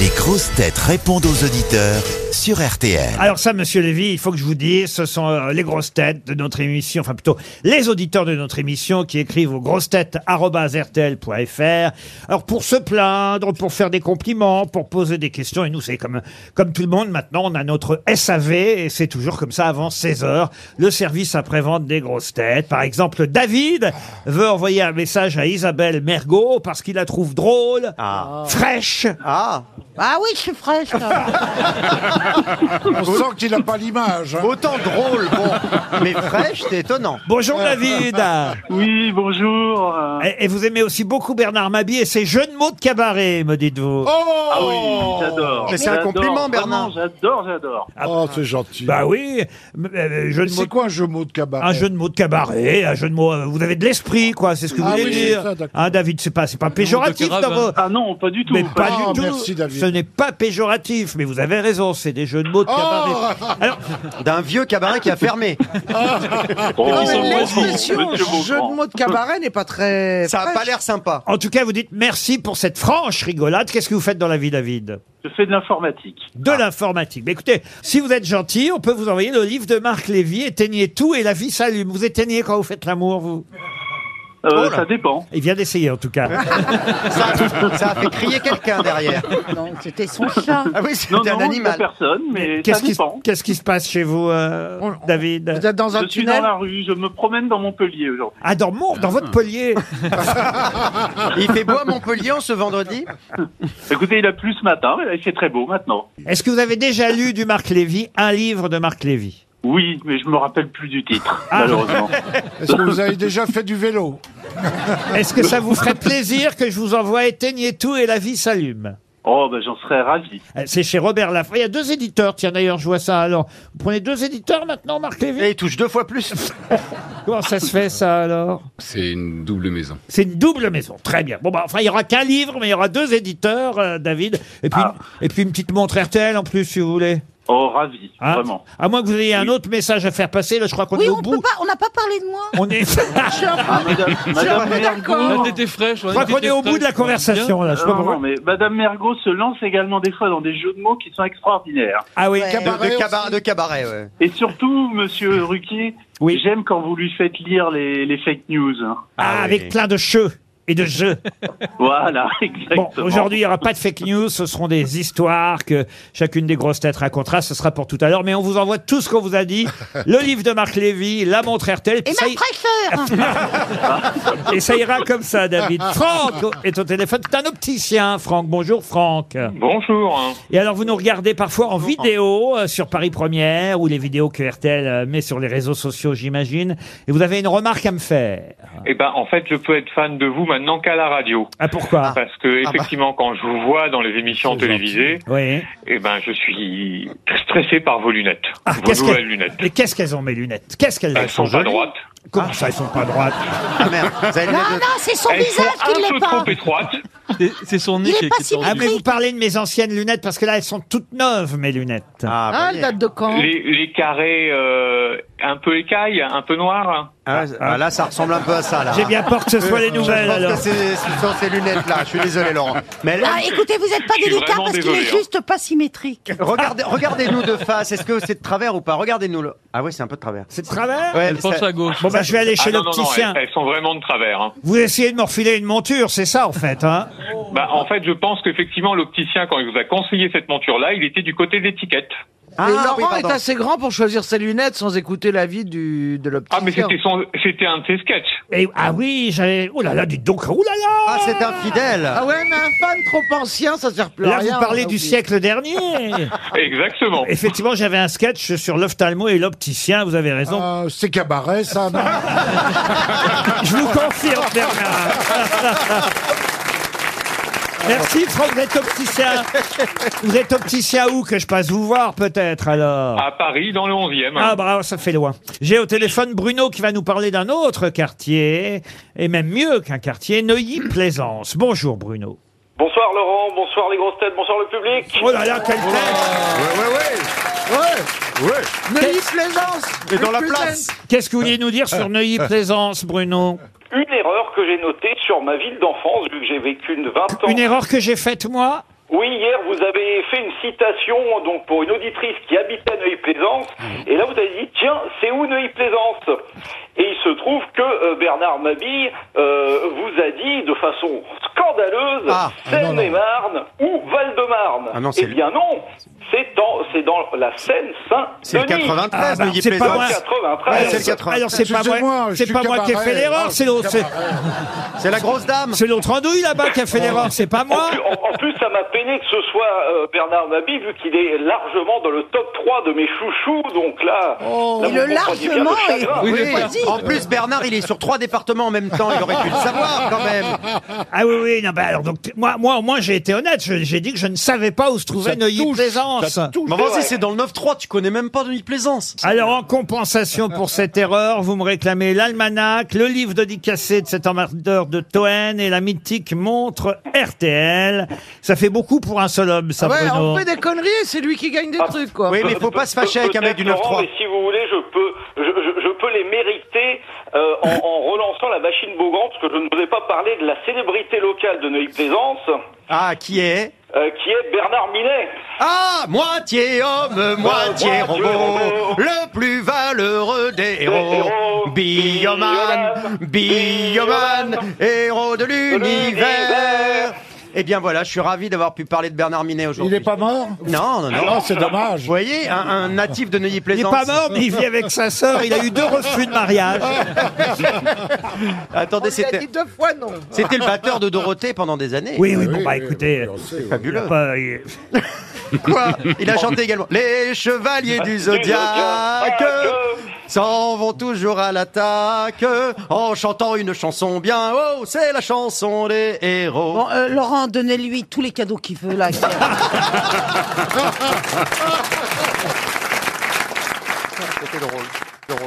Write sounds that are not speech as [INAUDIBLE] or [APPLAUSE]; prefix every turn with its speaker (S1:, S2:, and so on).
S1: Les grosses têtes répondent aux auditeurs sur RTL.
S2: Alors ça, Monsieur Lévy, il faut que je vous dise, ce sont euh, les grosses têtes de notre émission, enfin plutôt les auditeurs de notre émission qui écrivent aux grosses Alors pour se plaindre, pour faire des compliments, pour poser des questions, et nous c'est comme, comme tout le monde maintenant, on a notre SAV, et c'est toujours comme ça avant 16h, le service après-vente des grosses têtes. Par exemple, David veut envoyer un message à Isabelle Mergot parce qu'il la trouve drôle, fraîche,
S3: Ah oui, je suis fraîche.
S4: On sent qu'il n'a
S2: [LAUGHS]
S4: pas l'image. hein.
S2: Oh
S5: Autant drôle, bon, mais fraîche, c'est étonnant.
S2: Bonjour David
S6: Oui, bonjour. Euh,
S4: Ah.
S2: et, et vous aimez aussi beaucoup Bernard Mabie et ses jeux de mots de cabaret, me dites-vous.
S4: Oh,
S6: Ah oui, j'adore.
S5: Mais c'est un
S6: J'adore,
S5: compliment, Bernard.
S6: vraiment, J'adore, j'adore.
S4: Oh, c'est gentil.
S2: Ah Bah oui, m- euh, jeu de mots-
S4: C'est quoi un jeu mot de cabaret
S2: un jeu de mots de cabaret, un jeu de mots. euh, Vous avez de l'esprit, quoi, c'est ce que vous
S4: Ah
S2: voulez
S4: oui, c'est
S2: dire.
S4: ça, d'accord.
S2: hein, David, c'est pas, c'est pas péjoratif dans vos.
S6: Ah non, pas du tout.
S2: Mais pas
S4: Ah,
S2: du tout.
S4: merci, David.
S2: Ce n'est pas péjoratif, mais vous avez raison, c'est des jeux de mots de
S4: Oh
S2: cabaret. Alors,
S5: D'un vieux cabaret qui a fermé.
S6: Oh,
S3: Ah, L'expression
S6: Monsieur
S3: jeu de
S6: Beaugrand.
S3: mots de cabaret n'est pas très.
S5: Ça a
S3: fraîche.
S5: pas l'air sympa.
S2: en tout cas, vous dites merci pour cette franche rigolade. Qu'est-ce que vous faites dans la vie, David
S6: Je fais de l'informatique.
S2: De
S4: Ah.
S2: l'informatique. Mais écoutez, si vous êtes gentil, on peut vous envoyer le livre de Marc Lévy, Éteignez tout et la vie s'allume. Vous éteignez quand vous faites l'amour, vous
S6: Euh,
S5: Oh là.
S6: ça dépend.
S2: Il vient d'essayer, en tout cas.
S5: Ça a, ça a fait crier quelqu'un derrière.
S3: Non, c'était son chat.
S5: Ah oui,
S6: Non,
S5: c'était
S6: non,
S5: un
S6: pas
S5: animal.
S6: personne, mais ça
S2: Qu'est-ce qui,
S6: dépend.
S2: qu'est-ce qui se passe chez vous, euh,
S3: On- on- Vous
S2: David
S3: êtes dans un
S6: Je suis dans
S3: tunnel.
S6: la rue, je me promène dans Montpellier aujourd'hui.
S2: Ah, dans Mour, dans votre polier.
S5: Il fait beau à Montpellier en ce vendredi.
S6: Écoutez, il a plu ce matin, mais là, il fait très beau maintenant.
S2: Est-ce que vous avez déjà lu du Marc Lévy, un livre de Marc Lévy
S6: Oui, mais je me rappelle plus du titre, malheureusement.
S4: [LAUGHS] Est-ce que vous avez déjà fait du vélo
S2: Est-ce que ça vous ferait plaisir que je vous envoie Éteignez tout et la vie s'allume
S6: Oh, ben j'en serais ravi.
S2: Euh, C'est chez Robert Laffont. Il y a deux éditeurs, tiens d'ailleurs, je vois ça. Alors, vous prenez deux éditeurs maintenant, Marc Lévy
S5: Et il touche deux fois plus.
S2: Comment ça se fait ça alors
S7: C'est une double maison.
S2: C'est une double maison, très bien. Bon, bah, enfin, il n'y aura qu'un livre, mais il y aura deux éditeurs, euh, David. Et puis,
S6: Ah.
S2: une- et puis une petite montre RTL en plus, si vous voulez.
S6: Oh, ravi,
S2: Hein
S6: vraiment.
S2: À moins que vous ayez un
S6: Oui.
S2: autre message à faire passer, là je crois qu'on
S3: Oui,
S2: est au
S3: on
S2: bout.
S3: peut pas. On n'a pas parlé de moi.
S2: On
S3: [LAUGHS]
S2: est, je
S6: Ah, madame, madame
S3: suis d'accord.
S6: Mergo.
S2: crois qu'on est au bout de la conversation là. Ah, Je sais pas
S6: Non,
S2: pourquoi.
S6: non, mais Ah, Madame Mergot se lance également des fois dans des jeux de mots qui sont extraordinaires.
S2: Ah oui,
S3: Ouais.
S5: De, de cabaret, de cabaret, ouais.
S6: Et surtout, monsieur Ruquier,
S2: Oui.
S6: j'aime quand vous lui faites lire les, les fake news.
S2: Ah,
S5: Ah oui.
S2: avec plein de cheux. Et de jeux.
S6: Voilà, [LAUGHS]
S2: Bon,
S6: exactement.
S2: aujourd'hui, il n'y aura pas de fake news. Ce seront des histoires que chacune des grosses têtes racontera. Ce sera pour tout à l'heure. Mais on vous envoie tout ce qu'on vous
S6: [LAUGHS]
S2: a dit. Le livre de Marc Lévy, la montre RTL.
S3: Et
S2: puis ça
S3: ma
S2: y-
S3: fraîcheur.
S2: et ça ira comme ça,
S5: [LAUGHS]
S2: David. Franck est au téléphone. C'est un opticien, Franck. Bonjour, Franck.
S6: Bonjour.
S2: Et alors, vous nous regardez parfois en vidéo euh, sur Paris Première ou les vidéos que RTL euh, met sur les réseaux sociaux, j'imagine. Et vous avez une remarque à me faire.
S8: Eh ben, en fait, je peux être fan de vous maintenant qu'à la radio.
S2: Ah, pourquoi
S8: Parce que,
S5: bah.
S8: effectivement, quand je vous vois dans les émissions
S4: C'est
S8: télévisées,
S2: Oui.
S8: eh ben, je suis stressé par vos lunettes.
S2: Ah,
S8: vos
S2: qu'est-ce
S8: nouvelles
S2: qu'elles-
S8: lunettes.
S2: Mais qu'est-ce qu'elles ont, mes lunettes Qu'est-ce qu'elles
S8: Elles sont pas
S2: jolies.
S8: droites.
S2: Comment ça, elles sont pas droites
S5: Ah merde, vous avez les
S3: Non,
S5: deux-
S3: non, c'est son
S8: Elles sont
S3: visage
S8: un
S3: qui ne
S8: peu
S3: l'est pas.
S8: trop étroites.
S3: Il est pas si
S2: Ah, mais vous parlez de mes anciennes lunettes parce que là, elles sont toutes neuves, mes lunettes.
S5: Ah, bah,
S3: Ah, elle date de quand
S8: Les, les carrés euh, un peu écailles, un peu noirs.
S5: ah, ah, là, ça ressemble un peu à ça, là.
S2: J'ai Eh bien peur que ce soit les nouvelles,
S5: Je
S2: alors.
S5: pense que c'est- ce sont ces lunettes-là. Je suis désolé, Laurent. Mais elles-
S3: Ah, écoutez, vous n'êtes pas
S8: Je suis
S3: délicat
S8: vraiment
S3: parce qu'il est
S8: désolé, hein.
S3: juste pas symétrique.
S2: Ah.
S5: regardez, regardez-nous de face. Est-ce que c'est de travers ou pas Regardez-nous. le- Ah oui, c'est un peu de travers.
S2: C'est de travers
S5: Ouais, ça-
S7: gauche.
S2: Bon, bah, je vais aller chez
S8: ah, non, non, non,
S2: l'opticien.
S8: elles, elles sont vraiment de travers. hein.
S2: Vous essayez de me refiler une monture, c'est ça, en fait, hein
S8: Bah, en fait, je pense qu'effectivement, l'opticien, quand il vous a conseillé cette monture-là, il était du côté de l'étiquette.
S5: Ah,
S9: Et
S5: oui,
S9: Laurent est
S5: pardon.
S9: assez grand pour choisir ses lunettes sans écouter l'avis du de
S8: Ah, mais
S9: l'opticien.
S8: c'était son, c'était un de ses sketchs.
S2: Et- ah oui, j'avais. Oh là là, dites donc. Oh là là
S5: Ah, c'est infidèle.
S9: Ah ouais, mais un fan trop ancien, ça sert plus à
S2: Là,
S9: rien.
S2: vous parlez
S9: on a
S2: du
S9: oublié.
S2: siècle
S5: [LAUGHS]
S2: dernier.
S8: Exactement.
S2: Effectivement, j'avais un sketch sur l'ophtalmo et l'opticien. Vous avez raison.
S4: Ah, C'est cabaret, ça. non
S2: [LAUGHS]
S5: Ah.
S2: Je vous confirme, Bernard.
S5: [LAUGHS]
S2: Merci, Franck, vous êtes opticien. Vous êtes opticien où que je passe vous voir, peut-être, alors
S8: À Paris, dans le 11e.
S2: ah bah ça fait loin. J'ai au téléphone Bruno qui va nous parler d'un autre quartier, et même mieux qu'un quartier, Neuilly-Plaisance. Bonjour Bruno.
S10: Bonsoir Laurent, bonsoir les grosses têtes, bonsoir le public.
S2: Oh là là, quelle tête
S9: Neuilly Plaisance.
S5: Et dans la
S9: Plus
S5: place.
S2: Qu'est-ce que vous vouliez nous dire sur Neuilly-Plaisance, Bruno
S10: Une erreur que j'ai notée sur ma ville d'enfance, vu que j'ai vécu une 20 ans.
S2: Une erreur que j'ai faite moi
S10: Oui, hier, vous avez fait une citation donc pour une auditrice qui habitait Neuilly-Plaisance. Et là, vous avez dit, tiens, c'est où Neuilly-Plaisance Et il se trouve que euh, Bernard Mabille euh, vous a dit de façon scandaleuse
S5: Ah,
S10: Seine-et-Marne ou Val-de-Marne.
S5: Ah non, c'est-
S10: eh bien non, c'est dans, c'est dans la Seine-Saint-Denis.
S5: C'est le 93,
S2: Ah, bah,
S5: Neuilly
S2: c'est pas
S5: Plaisance.
S2: moi.
S10: 93.
S5: c'est le 80.
S2: Alors c'est pas
S4: Excusez-moi,
S2: moi,
S4: je
S2: c'est
S4: suis
S2: pas moi qui ai fait
S4: cabaret.
S2: l'erreur, c'est l'autre, c'est-
S5: C'est la grosse dame.
S2: c'est l'autre andouille là-bas qui a
S4: Oh.
S2: fait l'erreur, c'est pas
S10: En
S2: moi.
S10: plus, en- en plus, ça m'a peiné que ce soit euh, Bernard Mabille, vu qu'il est largement dans le top 3 de mes chouchous, donc là... là,
S3: Il Oh,
S10: vous
S3: le
S10: comprenez bien le
S3: largement est-
S10: chagrin.
S5: Oui,
S3: mais vas-y.
S5: En plus, Bernard, il est sur trois départements en même temps. Il aurait pu le savoir quand même.
S2: Ah oui, oui, non, bah alors donc moi, moi, moi j'ai été honnête, je- j'ai dit que je ne savais pas où se trouvait Neuilly-Plaisance.
S5: Mais vas-y, c'est dans le 9-3. Tu connais même pas Neuilly Plaisance.
S2: Alors, en compensation pour cette erreur, vous me réclamez l'almanach, le livre dédicacé de cet emmerdeur de Toen et la mythique montre RTL. Ça fait beaucoup pour un seul homme, ça,
S9: Ouais,
S2: Bruno.
S9: on fait des conneries et c'est lui qui gagne des trucs, quoi.
S5: Ah, Oui, mais faut pas se fâcher avec un mec du
S10: Peut-être, Laurent,
S5: 9-3.
S10: Mais si vous voulez, je peux, je, je- je peux les mériter euh, en, en relançant la machine Beaugrand, parce que je ne vous ai pas parlé de la célébrité locale de Neuilly-Plaisance,
S5: Ah, qui est
S10: euh, qui est Bernard Minet.
S5: Ah, moitié homme, moitié
S10: Ah, moitié
S5: robot,
S10: robot.
S5: le plus valeureux des héros.
S10: héros.
S5: Bioman, bioman,
S10: Bioman,
S5: héros de l'univers.
S10: l'univers.
S5: Eh bien voilà, je suis ravi d'avoir pu parler de Bernard Minet
S4: Il
S5: aujourd'hui.
S4: n'est pas mort
S5: Non, non, non.
S4: Ah, c'est dommage.
S5: Vous voyez, un, un natif de
S2: Il n'est
S5: Neuilly-Plaisance.
S2: pas mort, mais il vit avec sa sœur. Il a eu deux refus de mariage.
S9: On
S5: Attendez,
S9: lui Oh, a
S5: c'était,
S9: dit deux fois non.
S5: c'était le batteur de Dorothée pendant des années.
S2: Oui, oui,
S4: Oui,
S2: bon, bah,
S4: oui,
S2: écoutez.
S4: oui, on sait, oui.
S2: [LAUGHS]
S5: Fabuleux.
S2: pas- il-
S5: Quoi Il a chanté également Les chevaliers du zodiaque s'en vont toujours à l'attaque en chantant une chanson bien. Oh, c'est la chanson des héros.
S3: Bon, euh, Laurent, donnez-lui tous les cadeaux qu'il veut, là.
S5: C'était drôle.